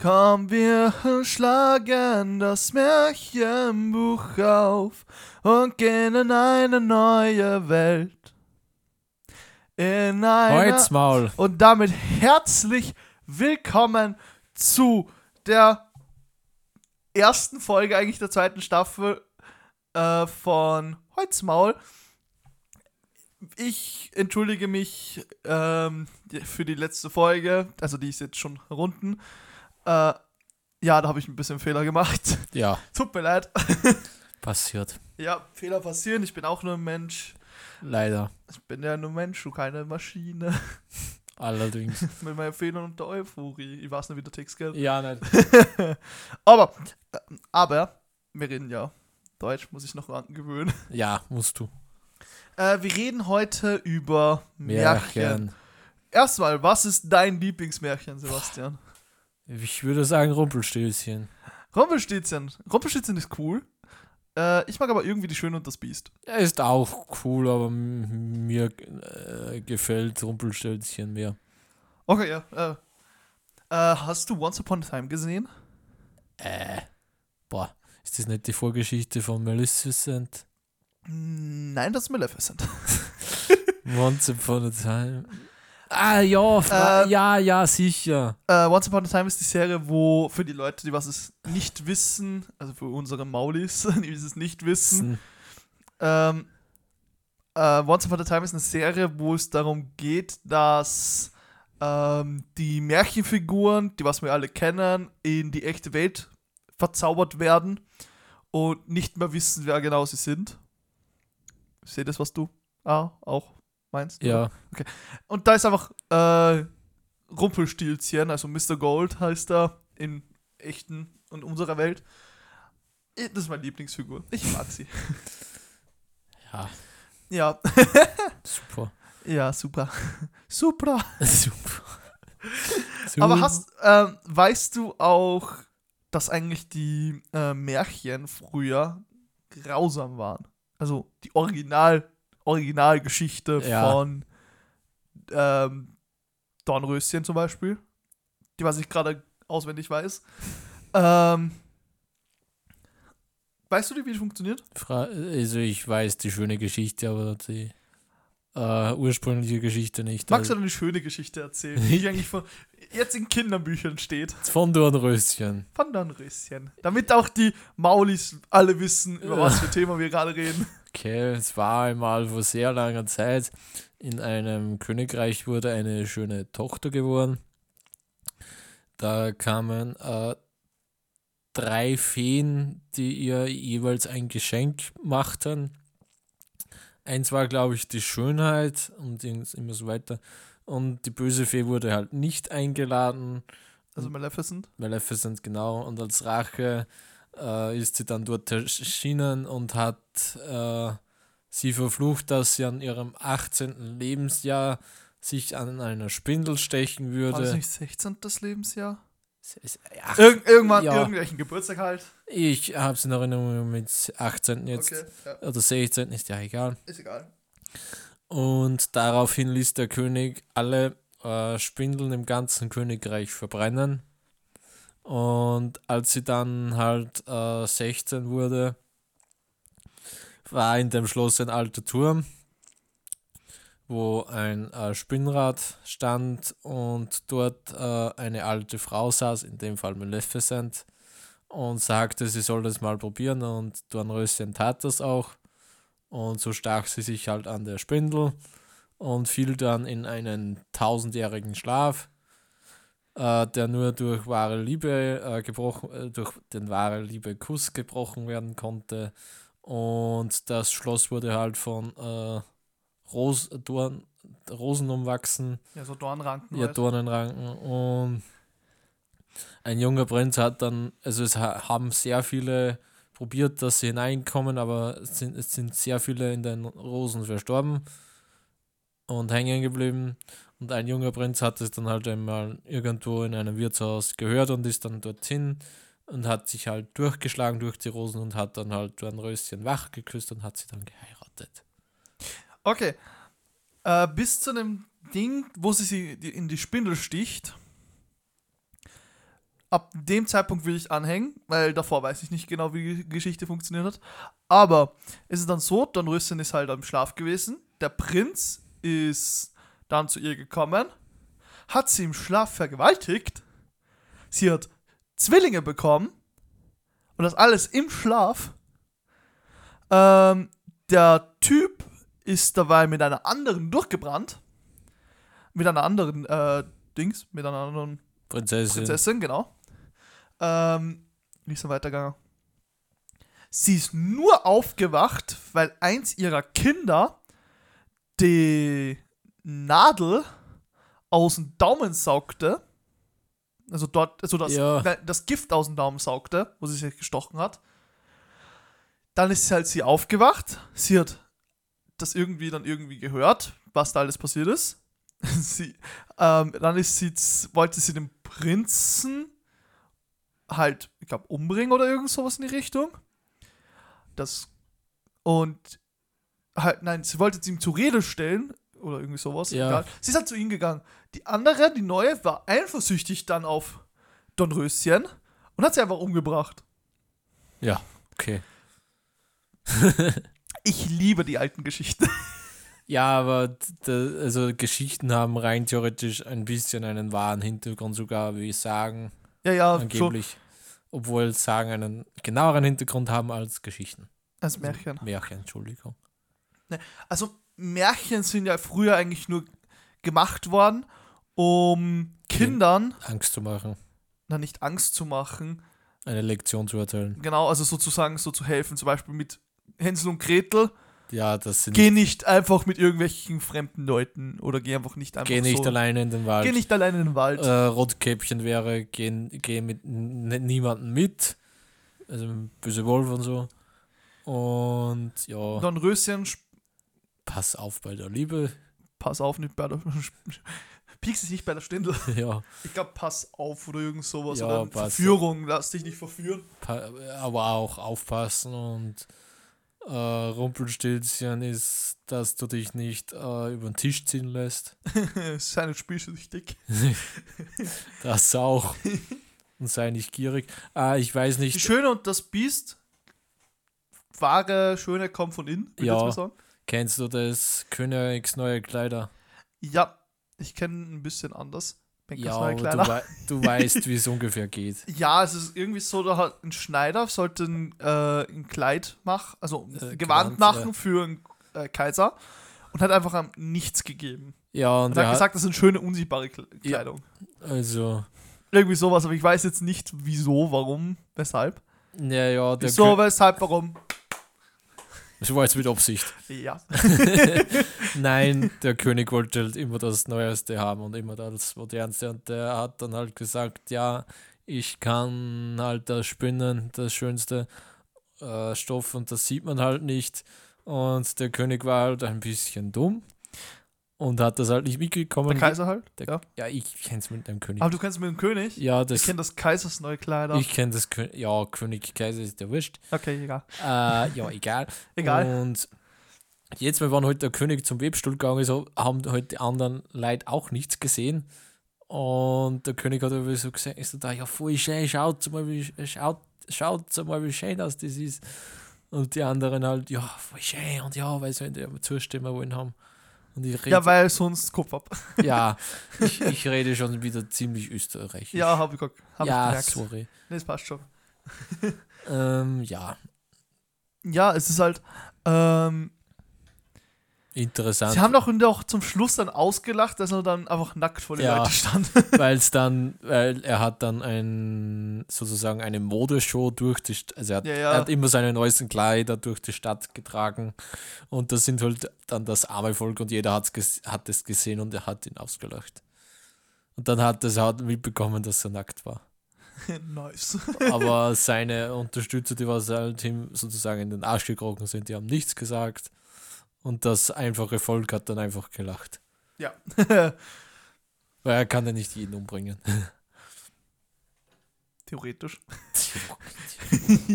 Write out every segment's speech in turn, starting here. Komm, wir schlagen das Märchenbuch auf und gehen in eine neue Welt. In eine Holzmaul. und damit herzlich willkommen zu der ersten Folge eigentlich der zweiten Staffel äh, von Holzmaul. Ich entschuldige mich ähm, für die letzte Folge, also die ist jetzt schon runden. Äh, ja, da habe ich ein bisschen Fehler gemacht. Ja, Tut mir leid. passiert. Ja, Fehler passieren. Ich bin auch nur ein Mensch. Leider. Ich bin ja nur Mensch und keine Maschine. Allerdings. Mit meinen Fehlern und der Euphorie. Ich weiß nicht, wie der Text geht. ja, nein. Aber, ähm, aber, wir reden ja Deutsch, muss ich noch angewöhnen. Ja, musst du. Äh, wir reden heute über Märchen. Märchen. Erstmal, was ist dein Lieblingsmärchen, Sebastian? Ich würde sagen Rumpelstilzchen. Rumpelstilzchen. Rumpelstilzchen ist cool. Äh, ich mag aber irgendwie die Schöne und das Biest. Er ist auch cool, aber m- mir äh, gefällt Rumpelstilzchen mehr. Okay, ja. Äh, äh, hast du Once Upon a Time gesehen? Äh. Boah, ist das nicht die Vorgeschichte von Maleficent? Nein, das ist Maleficent. Once upon a time. Ah, ja, fra- Äh, ja, ja, sicher. Äh, Once Upon a Time ist die Serie, wo für die Leute, die was es nicht wissen, also für unsere Maulis, die es nicht wissen, ähm, äh, Once Upon a Time ist eine Serie, wo es darum geht, dass ähm, die Märchenfiguren, die was wir alle kennen, in die echte Welt verzaubert werden und nicht mehr wissen, wer genau sie sind. Seht das, was du ah, auch meinst? Ja, Und da ist einfach äh, Rumpelstilzchen, also Mr. Gold heißt er in echten und unserer Welt. Eh, Das ist meine Lieblingsfigur. Ich mag sie. Ja. Ja, super. ja, super. Super. super. Aber hast, ähm, weißt du auch, dass eigentlich die äh, Märchen früher grausam waren? Also die Original, Originalgeschichte Ja. von ähm, Dornröschen zum Beispiel, die was ich gerade auswendig weiß. Ähm, weißt du, wie die funktioniert? Fra also ich weiß die schöne Geschichte, aber die äh, ursprüngliche Geschichte nicht. Magst du also, eine schöne Geschichte erzählen, die eigentlich von, jetzt in Kinderbüchern steht? von Dornröschen. von Dornröschen. Damit auch die Maulis alle wissen, über Ja. was für Thema wir gerade reden. Okay, es war einmal vor sehr langer Zeit. In einem Königreich wurde eine schöne Tochter geboren. Da kamen äh, drei Feen, die ihr jeweils ein Geschenk machten. Eins war, glaube ich, die Schönheit und irgends- immer so weiter. Und die böse Fee wurde halt nicht eingeladen. Also Maleficent. Maleficent, genau. Und als Rache äh, ist sie dann dort erschienen und hat äh, sie verflucht, dass sie an ihrem 18. Lebensjahr sich an einer Spindel stechen War das würde. nicht 16. Lebensjahr? Es ist- ach, Irg irgendwann, ja. irgendwelchen Geburtstag halt. ich habe es in Erinnerung mit 18. jetzt. Okay, ja, Oder 16. ist ja egal. ist egal. Und daraufhin ließ der König alle äh, Spindeln im ganzen Königreich verbrennen. Und als sie dann halt äh, 16 wurde, war in dem Schloss ein alter Turm, wo ein äh, Spinnrad stand und dort äh, eine alte Frau saß, in dem Fall Maleficent, und sagte, sie soll das mal probieren. Und Dornröschen tat das auch. Und so stach sie sich halt an der Spindel und fiel dann in einen tausendjährigen Schlaf, äh, der nur durch wahre Liebe äh, gebrochen, äh, durch den wahre Liebe Kuss gebrochen werden konnte. Und das Schloss wurde halt von äh, Ros Dorn Rosen umwachsen Ja, so Dornranken. ja, halt. Dornenranken. Und ein junger Prinz hat dann, also es ha- haben sehr viele probiert, dass sie hineinkommen, aber es sind, es sind sehr viele in den Rosen verstorben und hängen geblieben. Und ein junger Prinz hat es dann halt einmal irgendwo in einem Wirtshaus gehört und ist dann dorthin und hat sich halt durchgeschlagen durch die Rosen und hat dann halt Dornröschen wach geküsst und hat sie dann geheiratet. Okay. Äh, bis zu dem Ding, wo sie sie die- in die Spindel sticht, ab dem Zeitpunkt will ich anhängen, weil davor weiß ich nicht genau, wie die Geschichte funktioniert hat. Aber es ist dann so, Dornröschen ist halt am Schlaf gewesen. Der Prinz ist dann zu ihr gekommen, hat sie im Schlaf vergewaltigt. Sie hat Zwillinge bekommen. Und das alles im Schlaf. Ähm, der Typ ist dabei mit einer anderen durchgebrannt. Mit einer anderen äh, Dings, mit einer anderen Prinzessin. Prinzessin, genau. Ähm, nicht so weitergegangen. Sie ist nur aufgewacht, weil eins ihrer Kinder die Nadel aus dem Daumen saugte. Also dort, also das, Ja. nein, das Gift aus dem Daumen saugte, wo sie sich gestochen hat. Dann ist halt sie aufgewacht. Sie hat das irgendwie dann irgendwie gehört, was da alles passiert ist. Sie, ähm, dann ist sie, z- wollte sie den Prinzen halt, ich glaube, umbringen oder irgend sowas in die Richtung. Das und halt, nein, sie wollte es ihm zur Rede stellen oder irgendwie sowas. Ja. Egal. Sie ist halt zu ihm gegangen. Die andere, die neue, war eifersüchtig dann auf Dornröschen und hat sie einfach umgebracht. Ja, okay. Ich liebe die alten Geschichten. Ja, aber d- d- also Geschichten haben rein theoretisch ein bisschen einen wahren Hintergrund, sogar wie Sagen ja, ja, schon angeblich. Obwohl Sagen einen genaueren Hintergrund haben als Geschichten. als Märchen. Märchen, Entschuldigung. Also Märchen sind ja früher eigentlich nur gemacht worden, um Kindern, Angst zu machen, na nicht Angst zu machen, eine Lektion zu erteilen. genau, also sozusagen so zu helfen, zum Beispiel mit Hänsel und Gretel, Ja, das sind. Geh, geh nicht einfach mit irgendwelchen fremden Leuten oder geh einfach nicht einfach nicht so. alleine in den Wald. Geh nicht allein in den Wald. äh, Rotkäppchen wäre, gehen, gehen mit n- niemandem mit. Also böse Wolf und so. Und ja, Dornröschen, sp- pass auf bei der Liebe. pass auf, nicht bei der Pieks dich nicht bei der Stindel. ja, Ich glaube, pass auf oder irgend sowas. Ja, oder pass auf. Verführung, lass dich nicht verführen. pa aber auch aufpassen und äh, Rumpelstilzchen ist, dass du dich nicht äh, über den Tisch ziehen lässt. Seine Spielsüchtig. Das auch. und sei nicht gierig. Ah, ich weiß Die nicht, Schöne und das Biest. Wahre Schöne kommt von innen, würde ich Ja. jetzt mal sagen. kennst du das Königs neue Kleider? Ja, ich kenne ein bisschen anders. Benkers Ja, neue aber du, Kleider. wei du weißt, wie es ungefähr geht. Ja, es ist irgendwie so, da hat ein Schneider sollte ein, äh, ein Kleid machen, also ein Gewand Äh, Gewand, machen ja. für einen äh, Kaiser und hat einfach am nichts gegeben. Ja, und Und hat er hat, gesagt, das sind schöne, unsichtbare Kle- Ja. Kleidung. also Irgendwie sowas, aber ich weiß jetzt nicht, wieso, warum, weshalb. Ja, ja, der Wieso, so, weshalb, warum. das war jetzt mit Absicht. Ja. Nein, der König wollte halt immer das Neueste haben und immer das Modernste. Und der hat dann halt gesagt, ja, ich kann halt das Spinnen, das schönste äh, Stoff und das sieht man halt nicht. Und der König war halt ein bisschen dumm und hat das halt nicht Der mitgekommen. Kaiser halt. Der- ja. ja, ich kenn's mit dem König. Aber du kennst mit dem König. ja, Ich das, kenne das Kaisers neue Kleider. ich kenne das König. Ja, König, Kaiser ist der Wurscht. okay, egal. Äh, ja, egal. Egal. Und jetzt, wir waren heute halt der König zum Webstuhl gegangen, so haben heute halt die anderen Leute auch nichts gesehen. Und der König hat aber so gesagt, ist da ja voll schön, schaut mal, wie schaut, schaut mal, wie schön das das ist. Und die anderen halt, ja, voll schön und ja, weil sie halt ja zustimmen wollen haben. Und ich rede, Ja, weil sonst Kopf ab. ja, ich, ich rede schon wieder ziemlich österreichisch. Ja, habe ich, ge- hab ich ja gemerkt. sorry. Nee, das passt schon. Ähm, ja, Ja, es ist halt. Ähm, interessant. sie haben doch und auch zum Schluss dann ausgelacht, dass er dann einfach nackt vor den Ja. Leuten stand. weil es dann, weil er hat dann ein, sozusagen eine Modeshow durch die Stadt, also er hat, Ja, ja. er hat immer seine neuesten Kleider durch die Stadt getragen und das sind halt dann das arme Volk und jeder hat's ges hat es gesehen und er hat ihn ausgelacht. Und dann hat es hat mitbekommen, dass er nackt war. nice. Aber seine Unterstützer, die was halt ihm sozusagen in den Arsch gekrochen sind, die haben nichts gesagt. Und das einfache Volk hat dann einfach gelacht. Ja. Weil er kann ja nicht jeden umbringen. Theoretisch.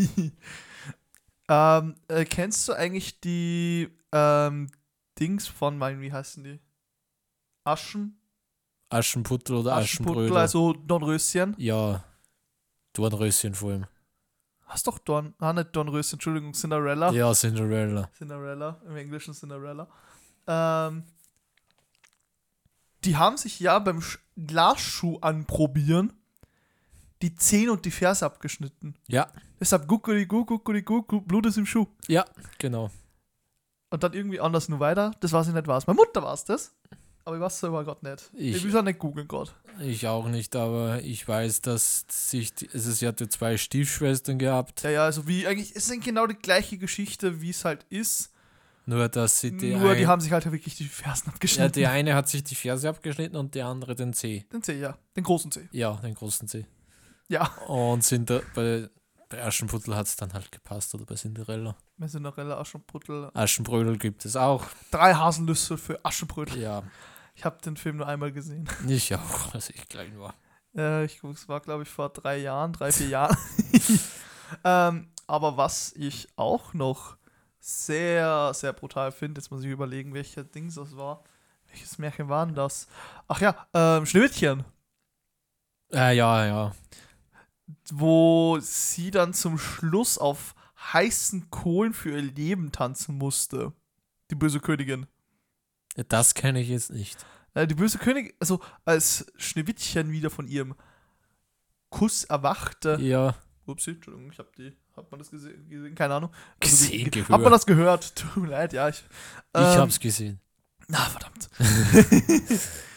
ähm, äh, kennst du eigentlich die ähm, Dings von meinen, wie heißen die? Aschen? Aschenputtel oder Aschenbrödel. also Dornröschen. ja, Dornröschen vor ihm. Hast doch Don, ah, nicht Dornröschen, Entschuldigung, Cinderella. Ja, Cinderella. Cinderella, im Englischen Cinderella. Ähm, die haben sich ja beim Sch Glasschuh anprobieren die Zehen und die Ferse abgeschnitten. Ja, Deshalb guckerigu, guckerigu, gu- Blut ist im Schuh. ja, genau. Und dann irgendwie anders nur weiter. Das weiß ich nicht was. Meine Mutter war es das. Aber ich weiß selber gerade nicht. Ich- Ich, will es auch nicht googeln gerade. Ich auch nicht, aber ich weiß, dass sich, die, es ist, sie hatte zwei Stiefschwestern gehabt, Ja, ja, also wie eigentlich, es ist genau die gleiche Geschichte, wie es halt ist. nur dass sie die, nur ein, die haben sich halt wirklich die Fersen ja, abgeschnitten. die eine hat sich die Ferse abgeschnitten und die andere den Zeh. den Zeh, ja. Den großen Zeh. Ja, den großen Zeh. Ja. Und sind da, bei, bei Aschenputtel hat es dann halt gepasst oder bei Cinderella. Mit Cinderella, Aschenbrödel. Aschenbrödel gibt es auch. Drei Haselnüsse für Aschenbrödel. Ja, Ich habe den Film nur einmal gesehen. ich auch, als ich klein war. Äh, ich guck, es war, glaube ich, vor drei Jahren, drei, vier Jahren. ähm, aber was ich auch noch sehr, sehr brutal finde, jetzt muss ich überlegen, welcher Dings das war. Welches Märchen war denn das? Ach ja, ähm, Schneewittchen. Äh, ja, ja. Wo sie dann zum Schluss auf heißen Kohlen für ihr Leben tanzen musste. Die böse Königin. Das kenne ich jetzt nicht. Äh, die böse Königin, also als Schneewittchen wieder von ihrem Kuss erwachte. Ja, Upsi, Entschuldigung, ich hab die. Hat man das gese- gesehen? Keine Ahnung. Also gesehen, gehört. Hat man das gehört? Tut mir leid, ja. Ich, ich ähm, hab's gesehen. Na, verdammt.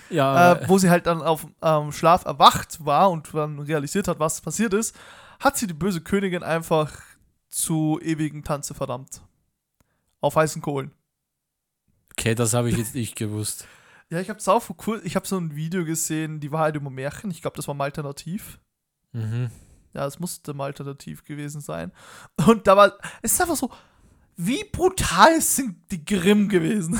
Ja, Äh, wo sie halt dann auf ähm, Schlaf erwacht war und dann realisiert hat, was passiert ist, hat sie die böse Königin einfach zu ewigen Tanze verdammt. Auf heißen Kohlen. okay, das habe ich jetzt nicht gewusst. Ja, ich hab's auch vor kurzem, ich hab so ein Video gesehen, die Wahrheit über Märchen. Ich glaube, das war mal alternativ. Mhm. Ja, es musste mal alternativ gewesen sein. Und da war, es ist einfach so, wie brutal sind die Grimm gewesen?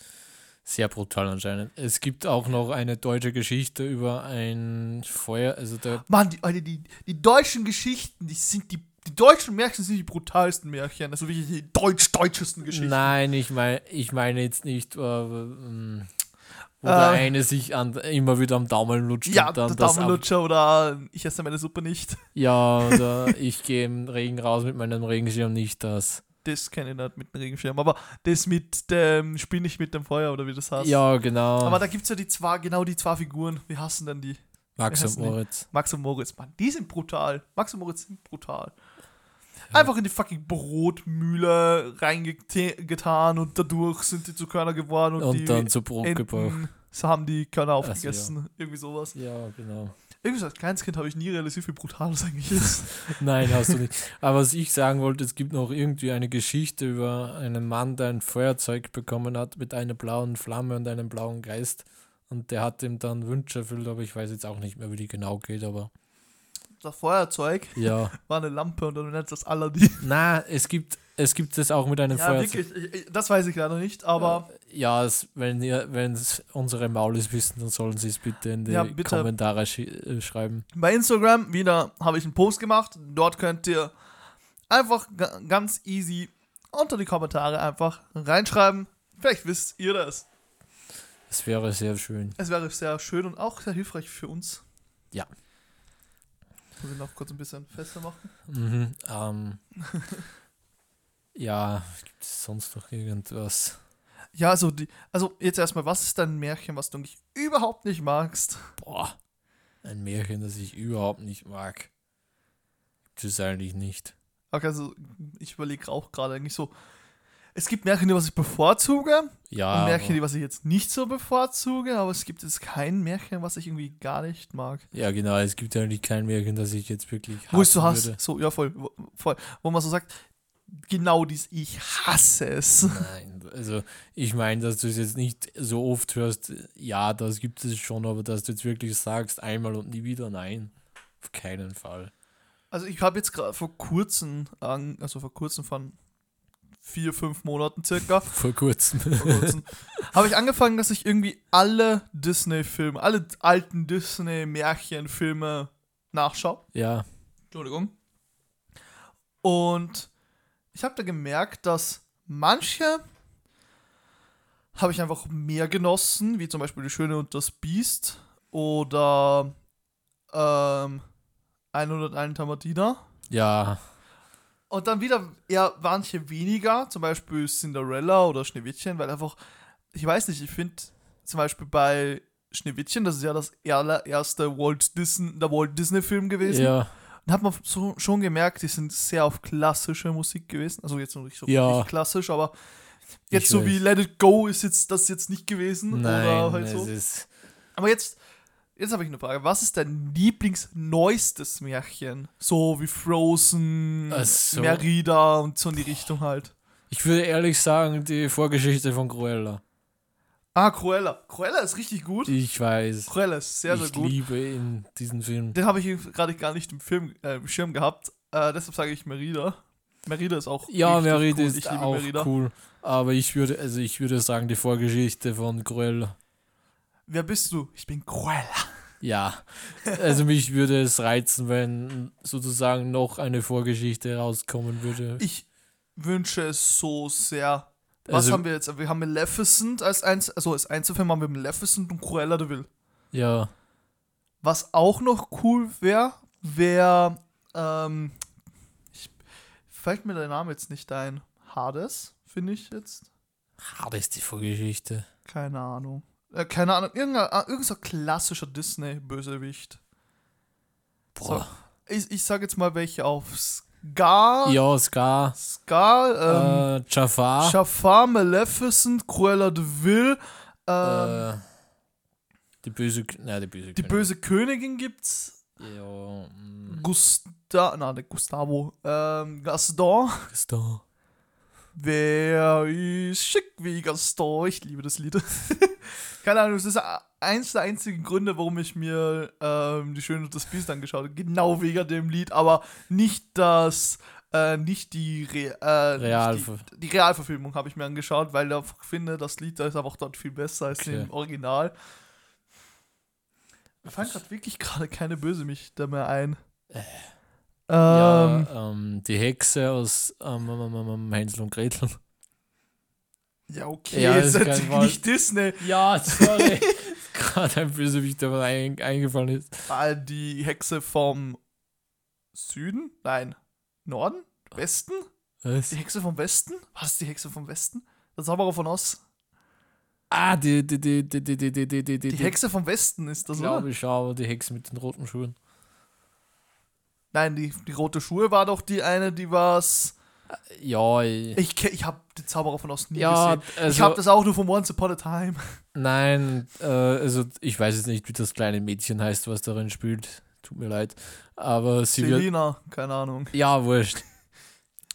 Sehr brutal anscheinend. Es gibt auch noch eine deutsche Geschichte über ein Feuer, also der Mann, die, Alter, die, die deutschen Geschichten, die sind die, die deutschen Märchen sind die brutalsten Märchen. Also wirklich die deutsch-deutschesten Geschichten. Nein, ich meine, ich meine jetzt nicht, äh, ähm, wo der Äh. eine sich an, immer wieder am Daumen lutscht ja, und dann der das ab- Daumenlutscher oder ich esse meine Suppe nicht. Ja, oder ich gehe im Regen raus mit meinem Regenschirm, nicht das. Das kenne ich nicht mit dem Regenschirm, aber das mit dem Spinn ich mit dem Feuer oder wie das heißt. Ja, genau. Aber da gibt es ja die zwei, genau die zwei Figuren. Wie hassen denn die? Max wir und hassen ihn. Moritz. Max und Moritz, Mann, die sind brutal. Max und Moritz sind brutal. Einfach in die fucking Brotmühle reingetan und dadurch sind die zu Körner geworden und, Und, die dann zu Brot gebracht. Enten so haben die Körner so, aufgegessen. Irgendwie sowas. Ja, genau. Irgendwie so als Kleinskind habe ich nie realisiert, wie brutal das eigentlich ist. Nein, hast du nicht. Aber was ich sagen wollte, es gibt noch irgendwie eine Geschichte über einen Mann, der ein Feuerzeug bekommen hat mit einer blauen Flamme und einem blauen Geist. Und der hat ihm dann Wünsche erfüllt, aber ich weiß jetzt auch nicht mehr, wie die genau geht, aber das Feuerzeug ja. war eine Lampe und dann nennt das Aladdin. Na, es gibt es gibt es auch mit einem Ja, Feuerzeug. wirklich. Ich, ich, das weiß ich leider nicht, aber Ja, es, wenn ihr, wenn es unsere Maulis wissen, dann sollen sie es bitte in die Ja, bitte. Kommentare schi- äh, schreiben. bei Instagram wieder habe ich einen Post gemacht. Dort könnt ihr einfach ga- ganz easy unter die Kommentare einfach reinschreiben. Vielleicht wisst ihr das. Es wäre sehr schön. Es wäre sehr schön und auch sehr hilfreich für uns. Ja. Muss ich noch kurz ein bisschen fester machen. Mhm, ähm, ja, gibt es sonst noch irgendwas? Ja, also, die, also jetzt erstmal, was ist dein Märchen, was du eigentlich überhaupt nicht magst? Boah, ein Märchen, das ich überhaupt nicht mag. Gibt es eigentlich nicht. Okay, also ich überlege auch gerade eigentlich so. Es gibt Märchen, die was ich bevorzuge Ja, und Märchen, aber- die was ich jetzt nicht so bevorzuge, aber es gibt jetzt kein Märchen, was ich irgendwie gar nicht mag. ja genau, es gibt eigentlich kein Märchen, das ich jetzt wirklich Wo ich so hassen hasse. So, ja, voll, wo- voll. Wo man so sagt, genau dies, ich hasse es. Nein, also ich meine, dass du es jetzt nicht so oft hörst, ja, das gibt es schon, aber dass du jetzt wirklich sagst, einmal und nie wieder, nein, auf keinen Fall. Also ich habe jetzt gerade vor kurzem, an- also vor kurzem von vier, fünf Monaten circa, Vor kurzem. habe ich angefangen, dass ich irgendwie alle Disney-Filme, alle alten Disney-Märchenfilme nachschaue. ja, Entschuldigung. Und ich habe da gemerkt, dass manche habe ich einfach mehr genossen, wie zum Beispiel Die Schöne und das Biest oder ähm, 101 Tamatida. Ja, Und dann wieder eher manche weniger, zum Beispiel Cinderella oder Schneewittchen, weil einfach, ich weiß nicht, ich finde zum Beispiel bei Schneewittchen, das ist ja das erste Walt Disney, der Walt Disney-Film gewesen. ja, Und hat man so, schon gemerkt, die sind sehr auf klassische Musik gewesen. Also jetzt noch nicht so Ja. richtig klassisch, aber jetzt Ich so wie weiß. Let It Go ist jetzt das jetzt nicht gewesen. nein, oder halt so. es ist Aber jetzt, jetzt habe ich eine Frage. Was ist dein Lieblingsneuestes Märchen? So wie Frozen, Ach so. Merida und so in die Richtung halt. Ich würde ehrlich sagen, die Vorgeschichte von Cruella. Ah, Cruella. Cruella ist richtig gut. Ich weiß. Cruella ist sehr, sehr ich gut. liebe ihn, diesen Film. Den habe ich gerade gar nicht im Film äh, im Schirm gehabt. Äh, deshalb sage ich Merida. Merida ist auch Ja, richtig Merida cool. ist Ich liebe auch Merida. cool. Aber ich würde, also ich würde sagen, die Vorgeschichte von Cruella. Wer bist du? Ich bin Cruella. Ja. Also mich würde es reizen, wenn sozusagen noch eine Vorgeschichte rauskommen würde. Ich wünsche es so sehr. Was Also- haben wir jetzt? Wir haben Maleficent als Einzel... Also als Einzelfilm haben wir Maleficent und Cruella de Vil. Ja. Was auch noch cool wäre, wäre, ähm, ich, fällt mir der Name jetzt nicht ein. Hades, finde ich jetzt. Ah, das ist die Vorgeschichte. Keine Ahnung. Äh, keine Ahnung, irgendein, ah, irgend so klassischer Disney-Bösewicht. Boah. Ich, ich sage jetzt mal welche auf Scar, Ja, Scar, Scar, ähm, äh, Jafar, Jafar, Maleficent, Cruella de Vil, ähm, äh, die böse, K- nein, die böse die Königin. böse Königin gibt's, Ja, mm, Gusta, na, nicht Gustavo, ähm, Gaston, Ähm. Gaston. Wer ist schick wie Gaston? Ich liebe das Lied. Keine Ahnung, es ist eins der einzigen Gründe, warum ich mir ähm, die Schöne und das Biest angeschaut habe. Genau wegen dem Lied, aber nicht das, äh, nicht die, Re äh, Realver- nicht die, die Realverfilmung habe ich mir angeschaut, weil ich finde, das Lied da ist einfach dort viel besser als Okay. im Original. Mir fallen gerade wirklich gerade keine böse Mächte mehr ein. Ähm, Äh. ja, ähm, die Hexe aus ähm, ähm, ähm, ähm, Hänsel und Gretel. ja, okay, Ja, ist das kann natürlich man- nicht Disney. Ja, sorry. Gerade ein Bösewicht, der mir ein, eingefallen ist. War die Hexe vom Süden? Nein. Norden? Westen? Was? Die Hexe vom Westen? War das die Hexe vom Westen? Der Zauberer von Oz. Ah, die, die, die, die, die, die, die, die, die, die, Die Hexe vom Westen ist das, oder? glaube ich, aber die Hexe mit den roten Schuhen. Nein, die, die rote Schuhe war doch die eine, die war's. Ja, ich, Ich, ke- ich habe den Zauberer von Oz nie ja, gesehen. also, ich habe das auch nur von Once Upon a Time. nein, äh, also ich weiß jetzt nicht, wie das kleine Mädchen heißt, was darin spielt. Tut mir leid. Aber sie wird, Selina, keine Ahnung. Ja, wurscht.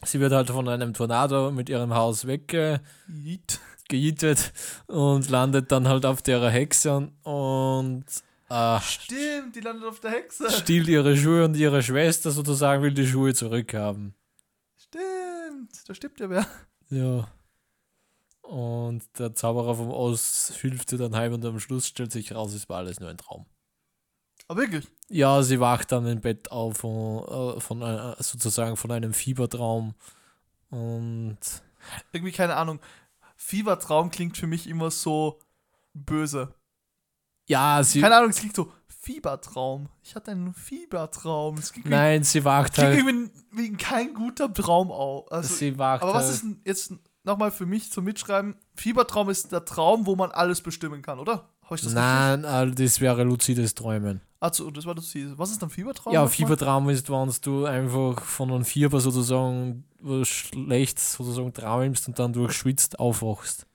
Sie wird halt von einem Tornado mit ihrem Haus Yeet. weggejietet und landet dann halt auf derer Hexe und, und äh, Stimmt, die landet auf der Hexe. stiehlt ihre Schuhe und ihre Schwester sozusagen will die Schuhe zurückhaben. Stimmt, da stimmt ja wer. Ja. Und der Zauberer vom Ost hilft ihr dann heim und am Schluss stellt sich raus, es war alles nur ein Traum. Aber wirklich. Ja, sie wacht dann im Bett auf von, äh, von einer- sozusagen von einem Fiebertraum und irgendwie keine Ahnung. Fiebertraum klingt für mich immer so böse. ja, sie Keine Ahnung, es klingt so Fiebertraum. Ich hatte einen Fiebertraum. Es klingt, nein, sie wacht wie, klingt halt irgendwie wegen kein guter Traum auf. Also, sie wacht aber was halt- ist denn jetzt nochmal für mich zum Mitschreiben? Fiebertraum ist der Traum, wo man alles bestimmen kann, oder? Habe ich das richtig? Nein, also das wäre luzides Träumen. Also, das war das Ziel. Was ist dann Fiebertraum? ja, nochmal? Fiebertraum ist, wenn du einfach von einem Fieber sozusagen was schlecht sozusagen träumst und dann durchschwitzt aufwachst.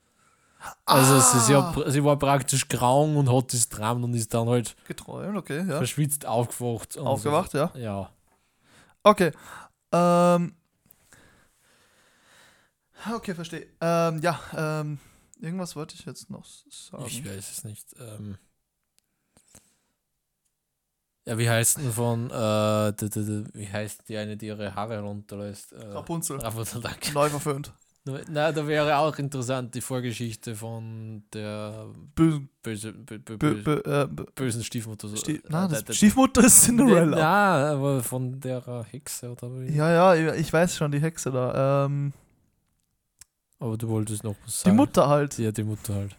Also es ist Ah, ja, pr- sie war praktisch grau und hat das Traum und ist dann halt Geträumt, okay, ja. Oh, verschwitzt aufgewacht. und so- Aufgewacht, ja. Ja. Okay. Ähm. Okay, verstehe. Ähm, ja, ähm, irgendwas wollte ich jetzt noch sagen. Ich weiß es nicht. Ähm. Ja, wie heißt denn von, äh, d- d- d- wie heißt die eine, die ihre Haare runterlässt? Äh, Rapunzel. Rapunzel, danke. Neu verföhnt. Na, da wäre auch interessant die Vorgeschichte von der Bö, böse, bö, bö, bö, bö, bö, äh, bö, bösen Stiefmutter. So. Stie- Äh, Nein, der- das der- Stiefmutter ist Cinderella. Ja, aber von der Hexe oder wie? Ja, ja, ich weiß schon, die Hexe da. Ähm, Aber du wolltest noch was die sagen. Mutter halt. Ja, die Mutter halt.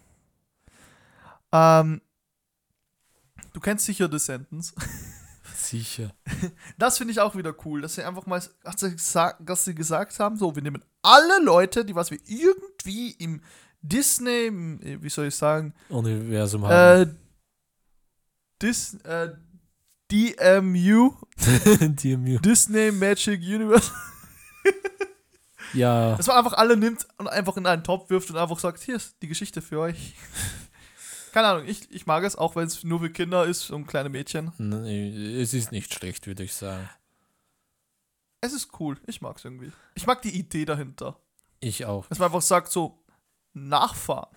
Ähm, du kennst sicher Descendants. Sicher. Das finde ich auch wieder cool, dass sie einfach mal dass sie, gesagt, dass sie gesagt haben, so, wir nehmen alle Leute, die was wir irgendwie im Disney, im, äh, wie soll ich sagen, Universum haben. äh, Dis, äh, DMU, Dear mir. Disney Magic Universe, Ja, dass man einfach alle nimmt und einfach in einen Topf wirft und einfach sagt, hier ist die Geschichte für euch. Keine Ahnung, ich, ich mag es, auch wenn es nur für Kinder ist und kleine Mädchen. nee, äh, es ist nicht schlecht, würde ich sagen. Es ist cool, ich mag es irgendwie. Ich mag die Idee dahinter. Ich auch. Dass man einfach sagt, so, nachfahren.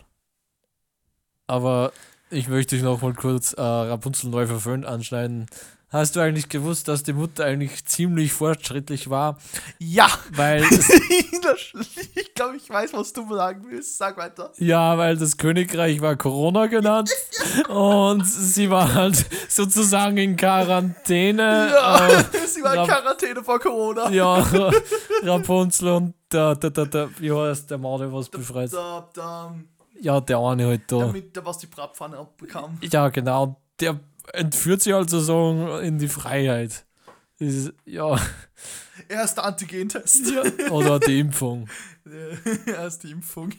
Aber ich möchte dich noch mal kurz äh, Rapunzel neu verföhnt anschneiden. Hast du eigentlich gewusst, dass die Mutter eigentlich ziemlich fortschrittlich war? Ja! Weil Das- ich glaube, ich weiß, was du sagen willst. Sag weiter. Ja, weil das Königreich war Corona genannt und sie war halt sozusagen in Quarantäne. Ja, Äh, sie war in Rap- Quarantäne vor Corona. ja Rapunzel und der, der, der, der, wie heißt der Morde, was befreit? Da, da, Ja, der eine halt da. damit da was die Bratpfanne abbekam. Ja, genau. Der entführt sie also so in die Freiheit. Das Ist, ja, Erster Antigentest. oder die Impfung. Erste Impfung.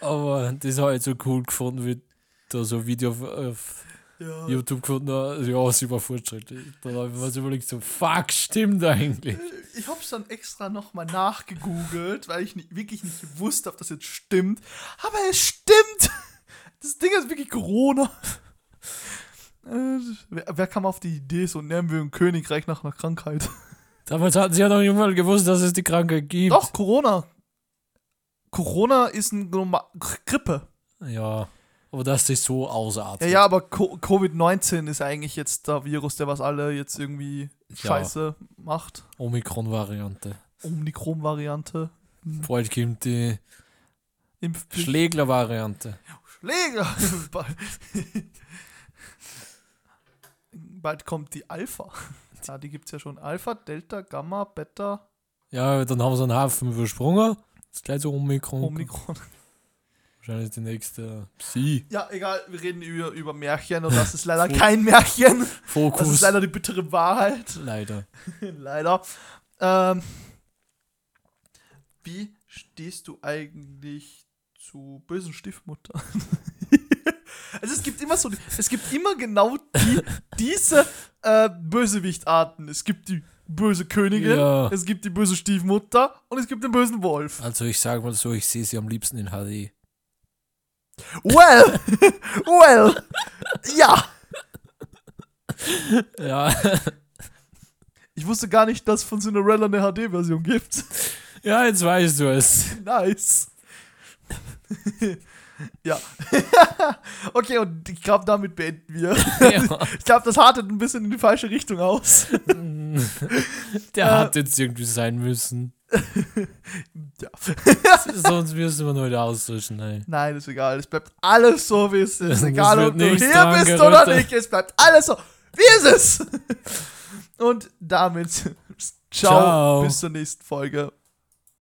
Aber das habe ich so cool gefunden, wie da so ein Video auf, auf Ja. YouTube gefunden habe, ja, sie war fortschrittlich. Dann habe ich mir so überlegt, so, fuck, stimmt eigentlich. Ich habe es dann extra nochmal nachgegoogelt, weil ich nicht, wirklich nicht wusste, ob das jetzt stimmt. Aber es stimmt! Das Ding ist wirklich Corona. Äh, Wer, wer kam auf die Idee, so nennen wir ein Königreich nach einer Krankheit? Damals hatten sie ja noch nicht mal gewusst, dass es die Krankheit gibt. Doch, Corona. Corona ist eine Norma Grippe. Ja. Aber dass das so ausartet. Ja, ja, aber Co Covid-19 ist eigentlich jetzt der Virus, der was alle jetzt irgendwie scheiße macht. Omikron-Variante. Omikron-Variante. Bald kommt die Impfpflicht. Schlägler-Variante. Schläger! Bald- Bald kommt die Alpha. Ja, die gibt's ja schon. Alpha, Delta, Gamma, Beta, Ja, dann haben sie einen Hafen übersprungen. Das ist gleich so Omikron. Omikron. Wahrscheinlich die nächste Psi. Ja, egal, wir reden über, über Märchen und das ist leider Fu- kein Märchen. Das Fokus. ist leider die bittere Wahrheit. leider. Leider. Ähm, wie stehst du eigentlich zu bösen Stiefmuttern? also es gibt immer so, es gibt immer genau die, diese äh, Bösewichtarten. Es gibt die böse Königin, Ja. es gibt die böse Stiefmutter und es gibt den bösen Wolf. Also ich sag mal so, ich sehe sie am liebsten in HD. Well, well, ja. Ja. Ich wusste gar nicht, dass es von Cinderella eine HD-Version gibt. ja, jetzt weißt du es. Nice. ja. okay, und ich glaube, damit beenden wir. Ja. Ich glaube, das hartet ein bisschen in die falsche Richtung aus. Der hat jetzt irgendwie sein müssen. ja. Sonst müssen wir ihn heute auslöschen, ey. Nein, ist egal. Es bleibt alles so, wie es ist. Das Egal, wird ob du hier nichts dran bist oder gerüttelt. nicht. Es bleibt alles so, wie es ist. und damit, ciao, Ciao. bis zur nächsten Folge.